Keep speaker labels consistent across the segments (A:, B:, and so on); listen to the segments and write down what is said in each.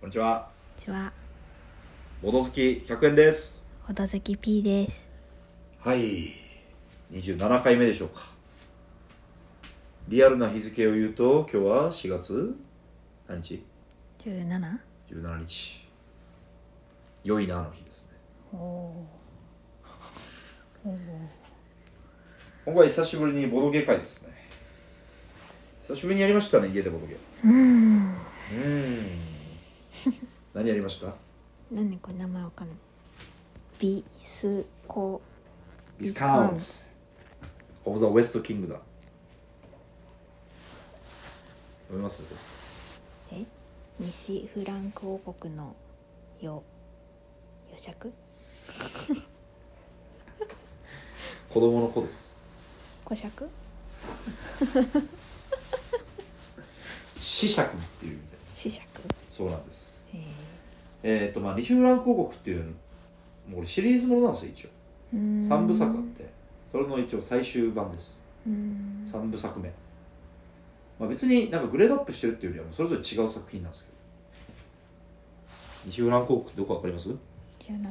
A: こんにちは。
B: こんにちは、
A: ボド好き100円です。
B: ほどずき P です。
A: はい。27回目でしょうか。リアルな日付を言うと、今日は4月何日
B: 十七。
A: ?17 日。良いなの日ですね。
B: おおー。おお。
A: 今回久しぶりにボドゲ会ですね。久しぶりにやりましたね、家でボドゲ。うーん。何やりました
B: 何これ名前わかんない。ビスコ。
A: ビスカウンツ。オブザ・ウェスト・キングだ。読みます
B: え。西フランク王国の。よ。よしゃく。
A: 子供の子です。
B: こしゃく。
A: 子爵っていうみたいです
B: ししゃく。
A: そうなんです
B: え
A: えっ、とまあ西フランク王国っていうもうこれシリーズものなんですよ一応
B: えー。
A: 三部作あっ
B: う
A: てそれの一応最終版です
B: ーん。
A: 三部作目、まあ、別になんかグレードアップしてるっていうよりはもうそれぞれ違う作品なんですけど西フランク王国ってどこわかります
B: じゃない。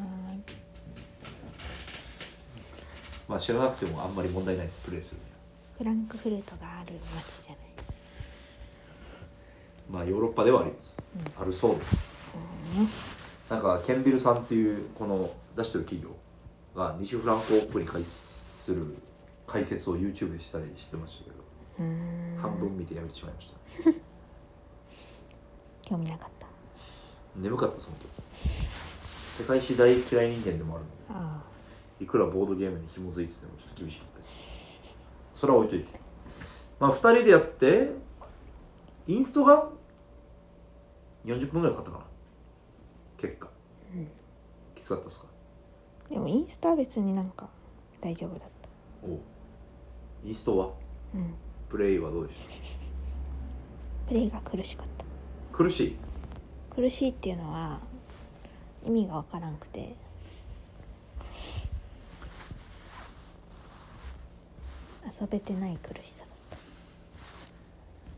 A: まあ知らなくてもあんまり問題ないですプレイするには
B: フランクフルトがある街じゃない。
A: まあヨーロッパではあります、あるそうですなんかケンビルさんっていうこの出してる企業が西フランク王国に対する解説を YouTube でしたりしてましたけど、
B: うーん。
A: 半分見てやめてしまいました
B: 興味なかった。
A: 眠かったその時世界史大嫌い人間でもあるの
B: あ
A: でいくらボードゲームに紐づいててもちょっと厳しかったですそれは置いといてまあ2人でやってインストが40分ぐらいかかったかな結果、きつかったですか
B: あ。でもインスタは別になんか。大丈夫だった。
A: おうインストは
B: うん。
A: プレイはどうでした
B: プレイが苦しかった
A: 苦しい
B: 苦しいっていうのは意味がわからんくて遊べてない苦しさだっ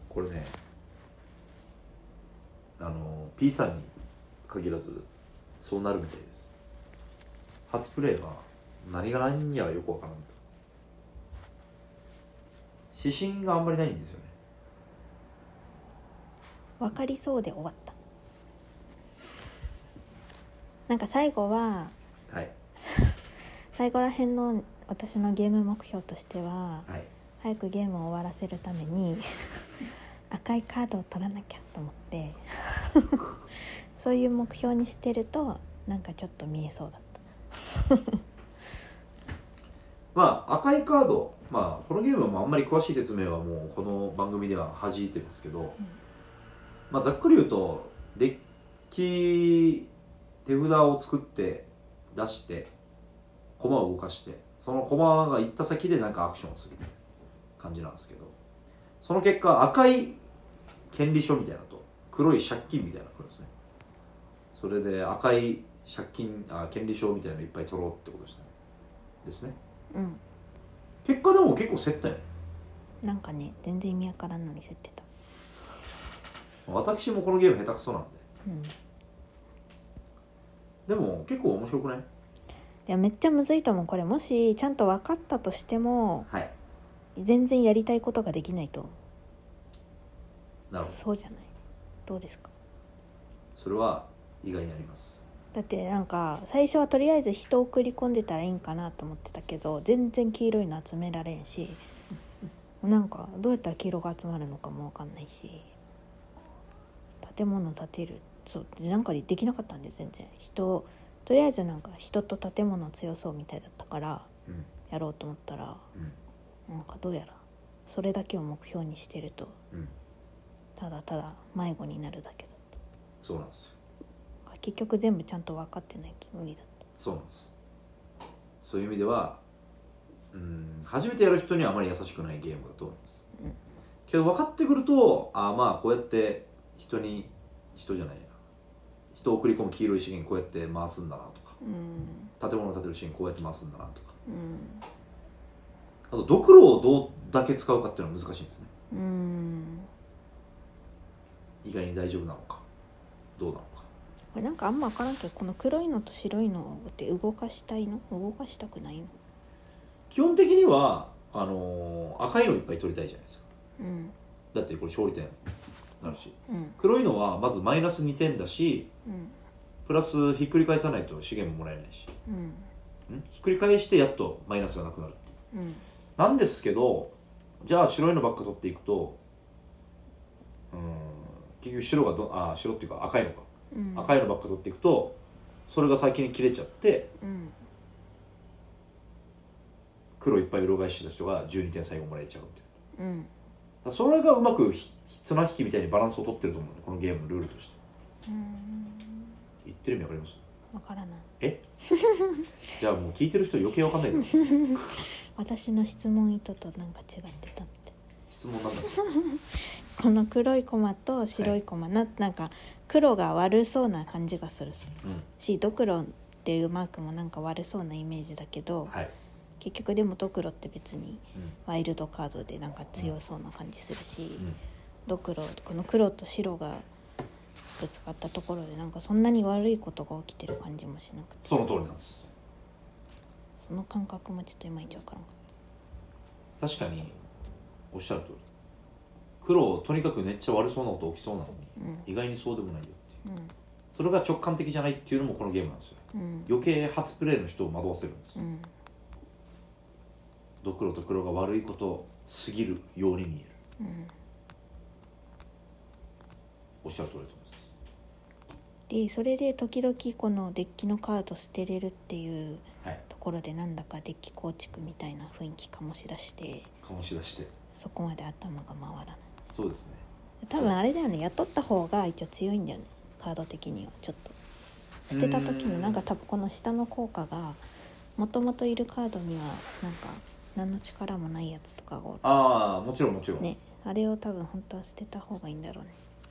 A: これねあの P さんに限らずそうなるみたいです初プレイは何が何やらよくわからんと指針があんまりないんですよね
B: た分かりそうで終わったなんか最後は
A: はい
B: 最後らへんの私のゲーム目標としては
A: はい
B: 早くゲームを終わらせるために 赤いカードを取らなきゃと思って そういう目標にしてるとなんかちょっと見えそうだった
A: まあ赤いカードまあこのゲームもあんまり詳しい説明はもうこの番組では弾いてますけど、
B: うん
A: まあ、ざっくり言うとデッキ手札を作って出して駒を動かしてその駒が行った先でなんかアクションをするみたいな感じなんですけどその結果赤い権利書みたいなのと黒い借金みたいなのが来るんですねそれで赤い借金あ権利書みたいなのいっぱい取ろうってことでしたねですね
B: うん
A: 結果でも結構接待
B: なんかね全然意味わからんのに競ってた、
A: 私もこのゲーム下手くそなんで
B: うん、
A: でも結構面白くない
B: でもめっちゃむずいと思うこれもしちゃんと分かったとしても
A: はい
B: 全然やりたいことができないと
A: なるほど
B: そうじゃないどうですか
A: それは意外になります
B: だってなんか最初はとりあえず人を送り込んでたらいいんかなと思ってたけど全然黄色いの集められんしなんかどうやったら黄色が集まるのかも分かんないし建物建てるそうでなんかできなかったんで全然人をとりあえずなんか人と建物強そうみたいだったから
A: うん
B: やろうと思ったら
A: うん
B: なんかどうやらそれだけを目標にしてると
A: うん
B: ただただ迷子になるだけだっ
A: そうなんですよ
B: た結局全部ちゃんと分かってないと無理だった
A: そうなんですそういう意味ではうん初めてやる人にはあまり優しくないゲームだと思います、
B: うん
A: けど分かってくるとああまあこうやって人に人じゃないや人を送り込む黄色い資源こうやって回すんだなと
B: うん
A: か建物を建てる資源こうやって回すんだなとか
B: うん
A: あとドクロをどうだけ使うかっていうのは難しいんですね
B: うーん
A: 意外に大丈夫なのかどうなのか
B: これなんかあんま分からんけどこの黒いのと白いのって動かしたいの動かしたくないの
A: 基本的にはあのー赤いのいっぱい取りたいじゃないですか
B: うん
A: だってこれ勝利点になるし
B: うん
A: 黒いのはまずマイナス2点だし
B: うん
A: プラスひっくり返さないと資源ももらえないし
B: うん
A: んひっくり返してやっとマイナスがなくなるっていう
B: うん
A: なんですけどじゃあ白いのばっか取っていくとうーん結局白がどあ白っていうか赤いのか
B: うん
A: 赤いのばっか取っていくとそれが先に切れちゃって
B: うん
A: 黒いっぱい裏返してた人が12点最後もらえちゃうっていう
B: うん
A: だからそれがうまくひ綱引きみたいにバランスを取ってると思うんでこのゲームのルールとして
B: うん
A: 言ってる意味わかります
B: 分からない
A: じゃあもう聞いてる人余計わかんないけど
B: 私の質問意図となんか違ってたみたい
A: 質問なんだ
B: この黒いコマと白いコマ、ななんか黒が悪そうな感じがす
A: う
B: る
A: ん
B: しドクロっていうマークもなんか悪そうなイメージだけど
A: はい、
B: 結局でもドクロって別に
A: うん
B: ワイルドカードでなんか強そうな感じするし、
A: うん
B: ドクロこの黒と白がぶつかったところでなんかそんなに悪いことが起きてる感じもしなくて
A: その通りなんです
B: その感覚もちょっといまいちわからんかっ
A: 確かにおっしゃる通り黒とにかくめっちゃ悪そうなこと起きそうなの
B: たうん
A: に意外にそうでもないよっていう
B: うん
A: それが直感的じゃないっていうのもこのゲームなんですよ
B: うん
A: 余計初プレイの人を惑わせるんです
B: うん
A: ドクロと黒が悪いことすぎるように見える
B: うん
A: おっしゃる通りだと思います
B: でそれで時々このデッキのカード捨てれるっていう
A: はい
B: ところでなんだかデッキ構築みたいな雰囲気醸し出して
A: 醸し出して
B: そこまで頭が回らない
A: そうですね
B: 多分あれだよね雇った方が一応強いんだよねカード的にはちょっと捨てた時
A: うー
B: の
A: ん
B: なんか多分この下の効果がもともといるカードにはなんか何の力もないやつとかがおる
A: ああもちろんもちろん、
B: ねあれを多分本当は捨てた方がいいんだろうね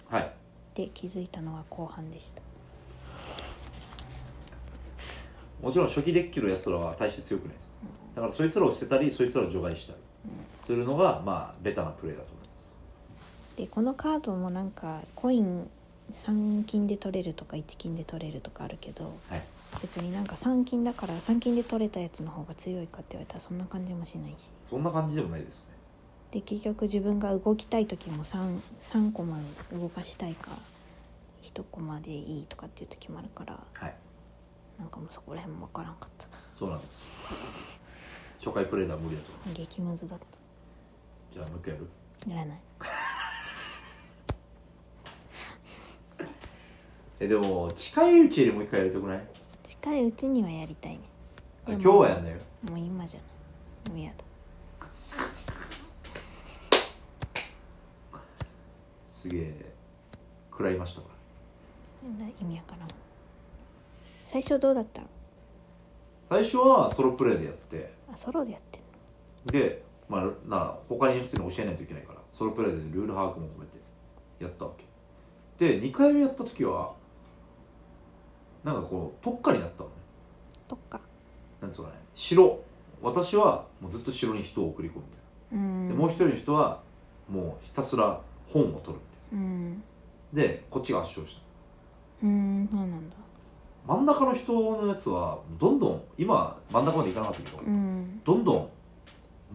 A: はい
B: で気づいたのは後半でした
A: もちろん初期デッキのやつらは大して強くないですだからそいつらを捨てたりそいつらを除外したりするのがまあベタなプレイだと思います
B: でこのカードもなんかコイン3金で取れるとか1金で取れるとかあるけど
A: はい
B: 別になんか3金だから3金で取れたやつの方が強いかって言われたらそんな感じもしないし
A: そんな感じでもないですね
B: で結局自分が動きたい時も 3, 3コマ動かしたいか1コマでいいとかっていう時もあるから
A: はい
B: なんかもうそこら辺も分からんかった
A: そうなんです初回プレイでは無理だと思う
B: 激ムズだっ
A: じゃあもう一回やる
B: たやらない
A: えでも近いうちにもう一回やりたくない
B: 近いうちにはやりたいね
A: あ
B: で
A: 今
B: も
A: 日はやんないよ
B: もう今じゃないもうやだ
A: すげえ食らいましたから
B: なんだ意味わからん最初どうだったの
A: 最初はソロプレイでやって
B: あソロでやってんの
A: でまあなあ他に人に教えないといけないからソロプレイでルール把握も込めてやったわけで2回目やった時はなんかこう特化になったのね
B: とか
A: なんつうかね白私はもうずっと白に人を送り込むみたいな
B: うーん
A: でもう一人の人はもうひたすら本を取るみ
B: うん
A: たいなでこっちが圧勝した
B: うーんそうなんだ
A: 真ん中の人のやつはどんどん今真ん中までいかなかったけど、
B: うん
A: どんどん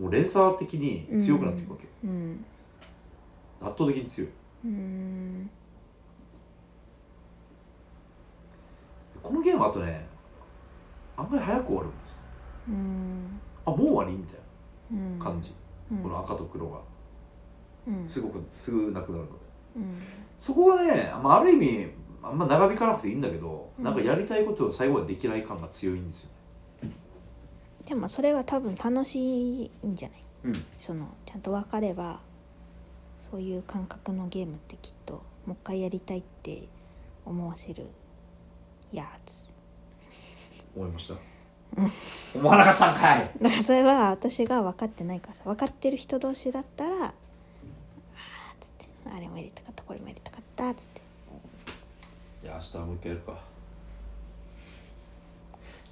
A: もう連鎖的に強くなっていくわけ、
B: うん
A: 圧倒的に強いう
B: ーん
A: このゲームあとねあんまり早く終わるんですよ
B: うん
A: あもう終わりみたい
B: うん
A: な感じ、
B: うん
A: この赤と黒が
B: うん
A: すごくすぐなくなるので
B: うん
A: そこはね、まあ、ある意味あんま長引かなくていいんだけど、
B: うん
A: なんかやりたいことを最後はできない感が強いんですよね
B: でもそれは多分楽しいんじゃない
A: うん
B: そのちゃんと分かればそういう感覚のゲームってきっともう一回やりたいって思わせるやつ
A: 思いました 思わなかったんかい
B: だからそれは私が分かってないからさ分かってる人同士だったら「あー」っつって「あれも入れたかったこれも入れたかった」っつって
A: いや明日はもう一回やるか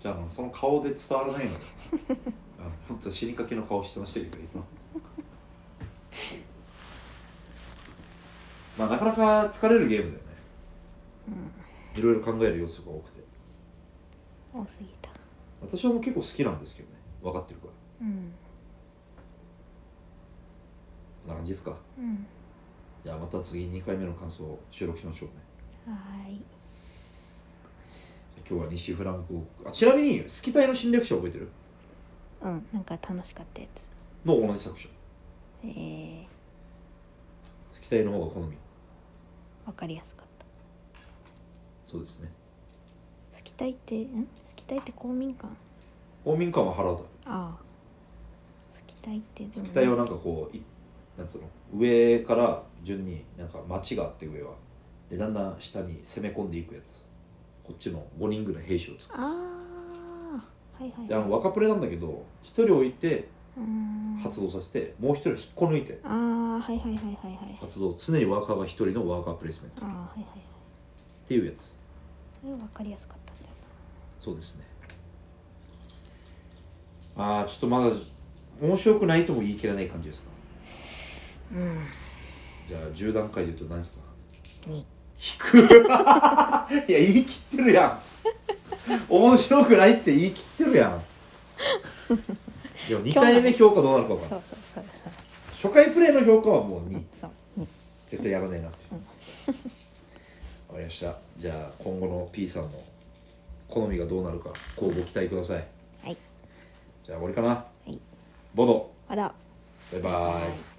A: じゃあもうその顔で伝わらないのよあ本当は死にかけの顔してましたけど今まあなかなか疲れるゲームだよね、いろいろ考える要素が多くて
B: 多すぎた
A: 私はもう結構好きなんですけどね分かってるから
B: うん
A: こんな感じですか
B: うん
A: じゃあまた次2回目の感想を収録しましょうね
B: はーい
A: 今日は西フランク王国あちなみに「スキタイの侵略者」覚えてる
B: うんなんか楽しかったやつ
A: の同じ作者
B: えー、
A: スキタイの方が好み
B: わかりやすかった
A: そうですね
B: 好きたいってん好きたいって公民館
A: 公民館は原田
B: ああ好きたいってで
A: スキタイはなんかこういなんつうの上から順になんか町があって上はでだんだん下に攻め込んでいくやつこっちの5人ぐらい兵士を作る
B: ああはいはい
A: であ
B: はい
A: の若プレなんだけど1人置いて
B: うーん
A: 発動させてもう1人は引っこ抜いて
B: ああはいはいはいはいはい
A: 発動常にワーカーが1人のワーカープレイスメント
B: ああはいはいはい
A: っていうやつ
B: これはわかりやすかったんだよ
A: そうですねああちょっとまだ面白くないとも言い切れない感じですか
B: なうん
A: じゃあ10段階で言うと何ですか
B: に
A: 低 いいや言い切ってるやん面白くないって言い切ってるやんでも2回目評価どうなるか分かんな
B: そ
A: いう
B: そうそうそう
A: 初回プレイの評価はもう2
B: そうに
A: 絶対やらねえなっていうわかりましたじゃあ今後の P さんの好みがどうなるかこうご期待ください
B: はい
A: じゃあ俺かな
B: はい
A: ボド
B: まだ
A: バイバイ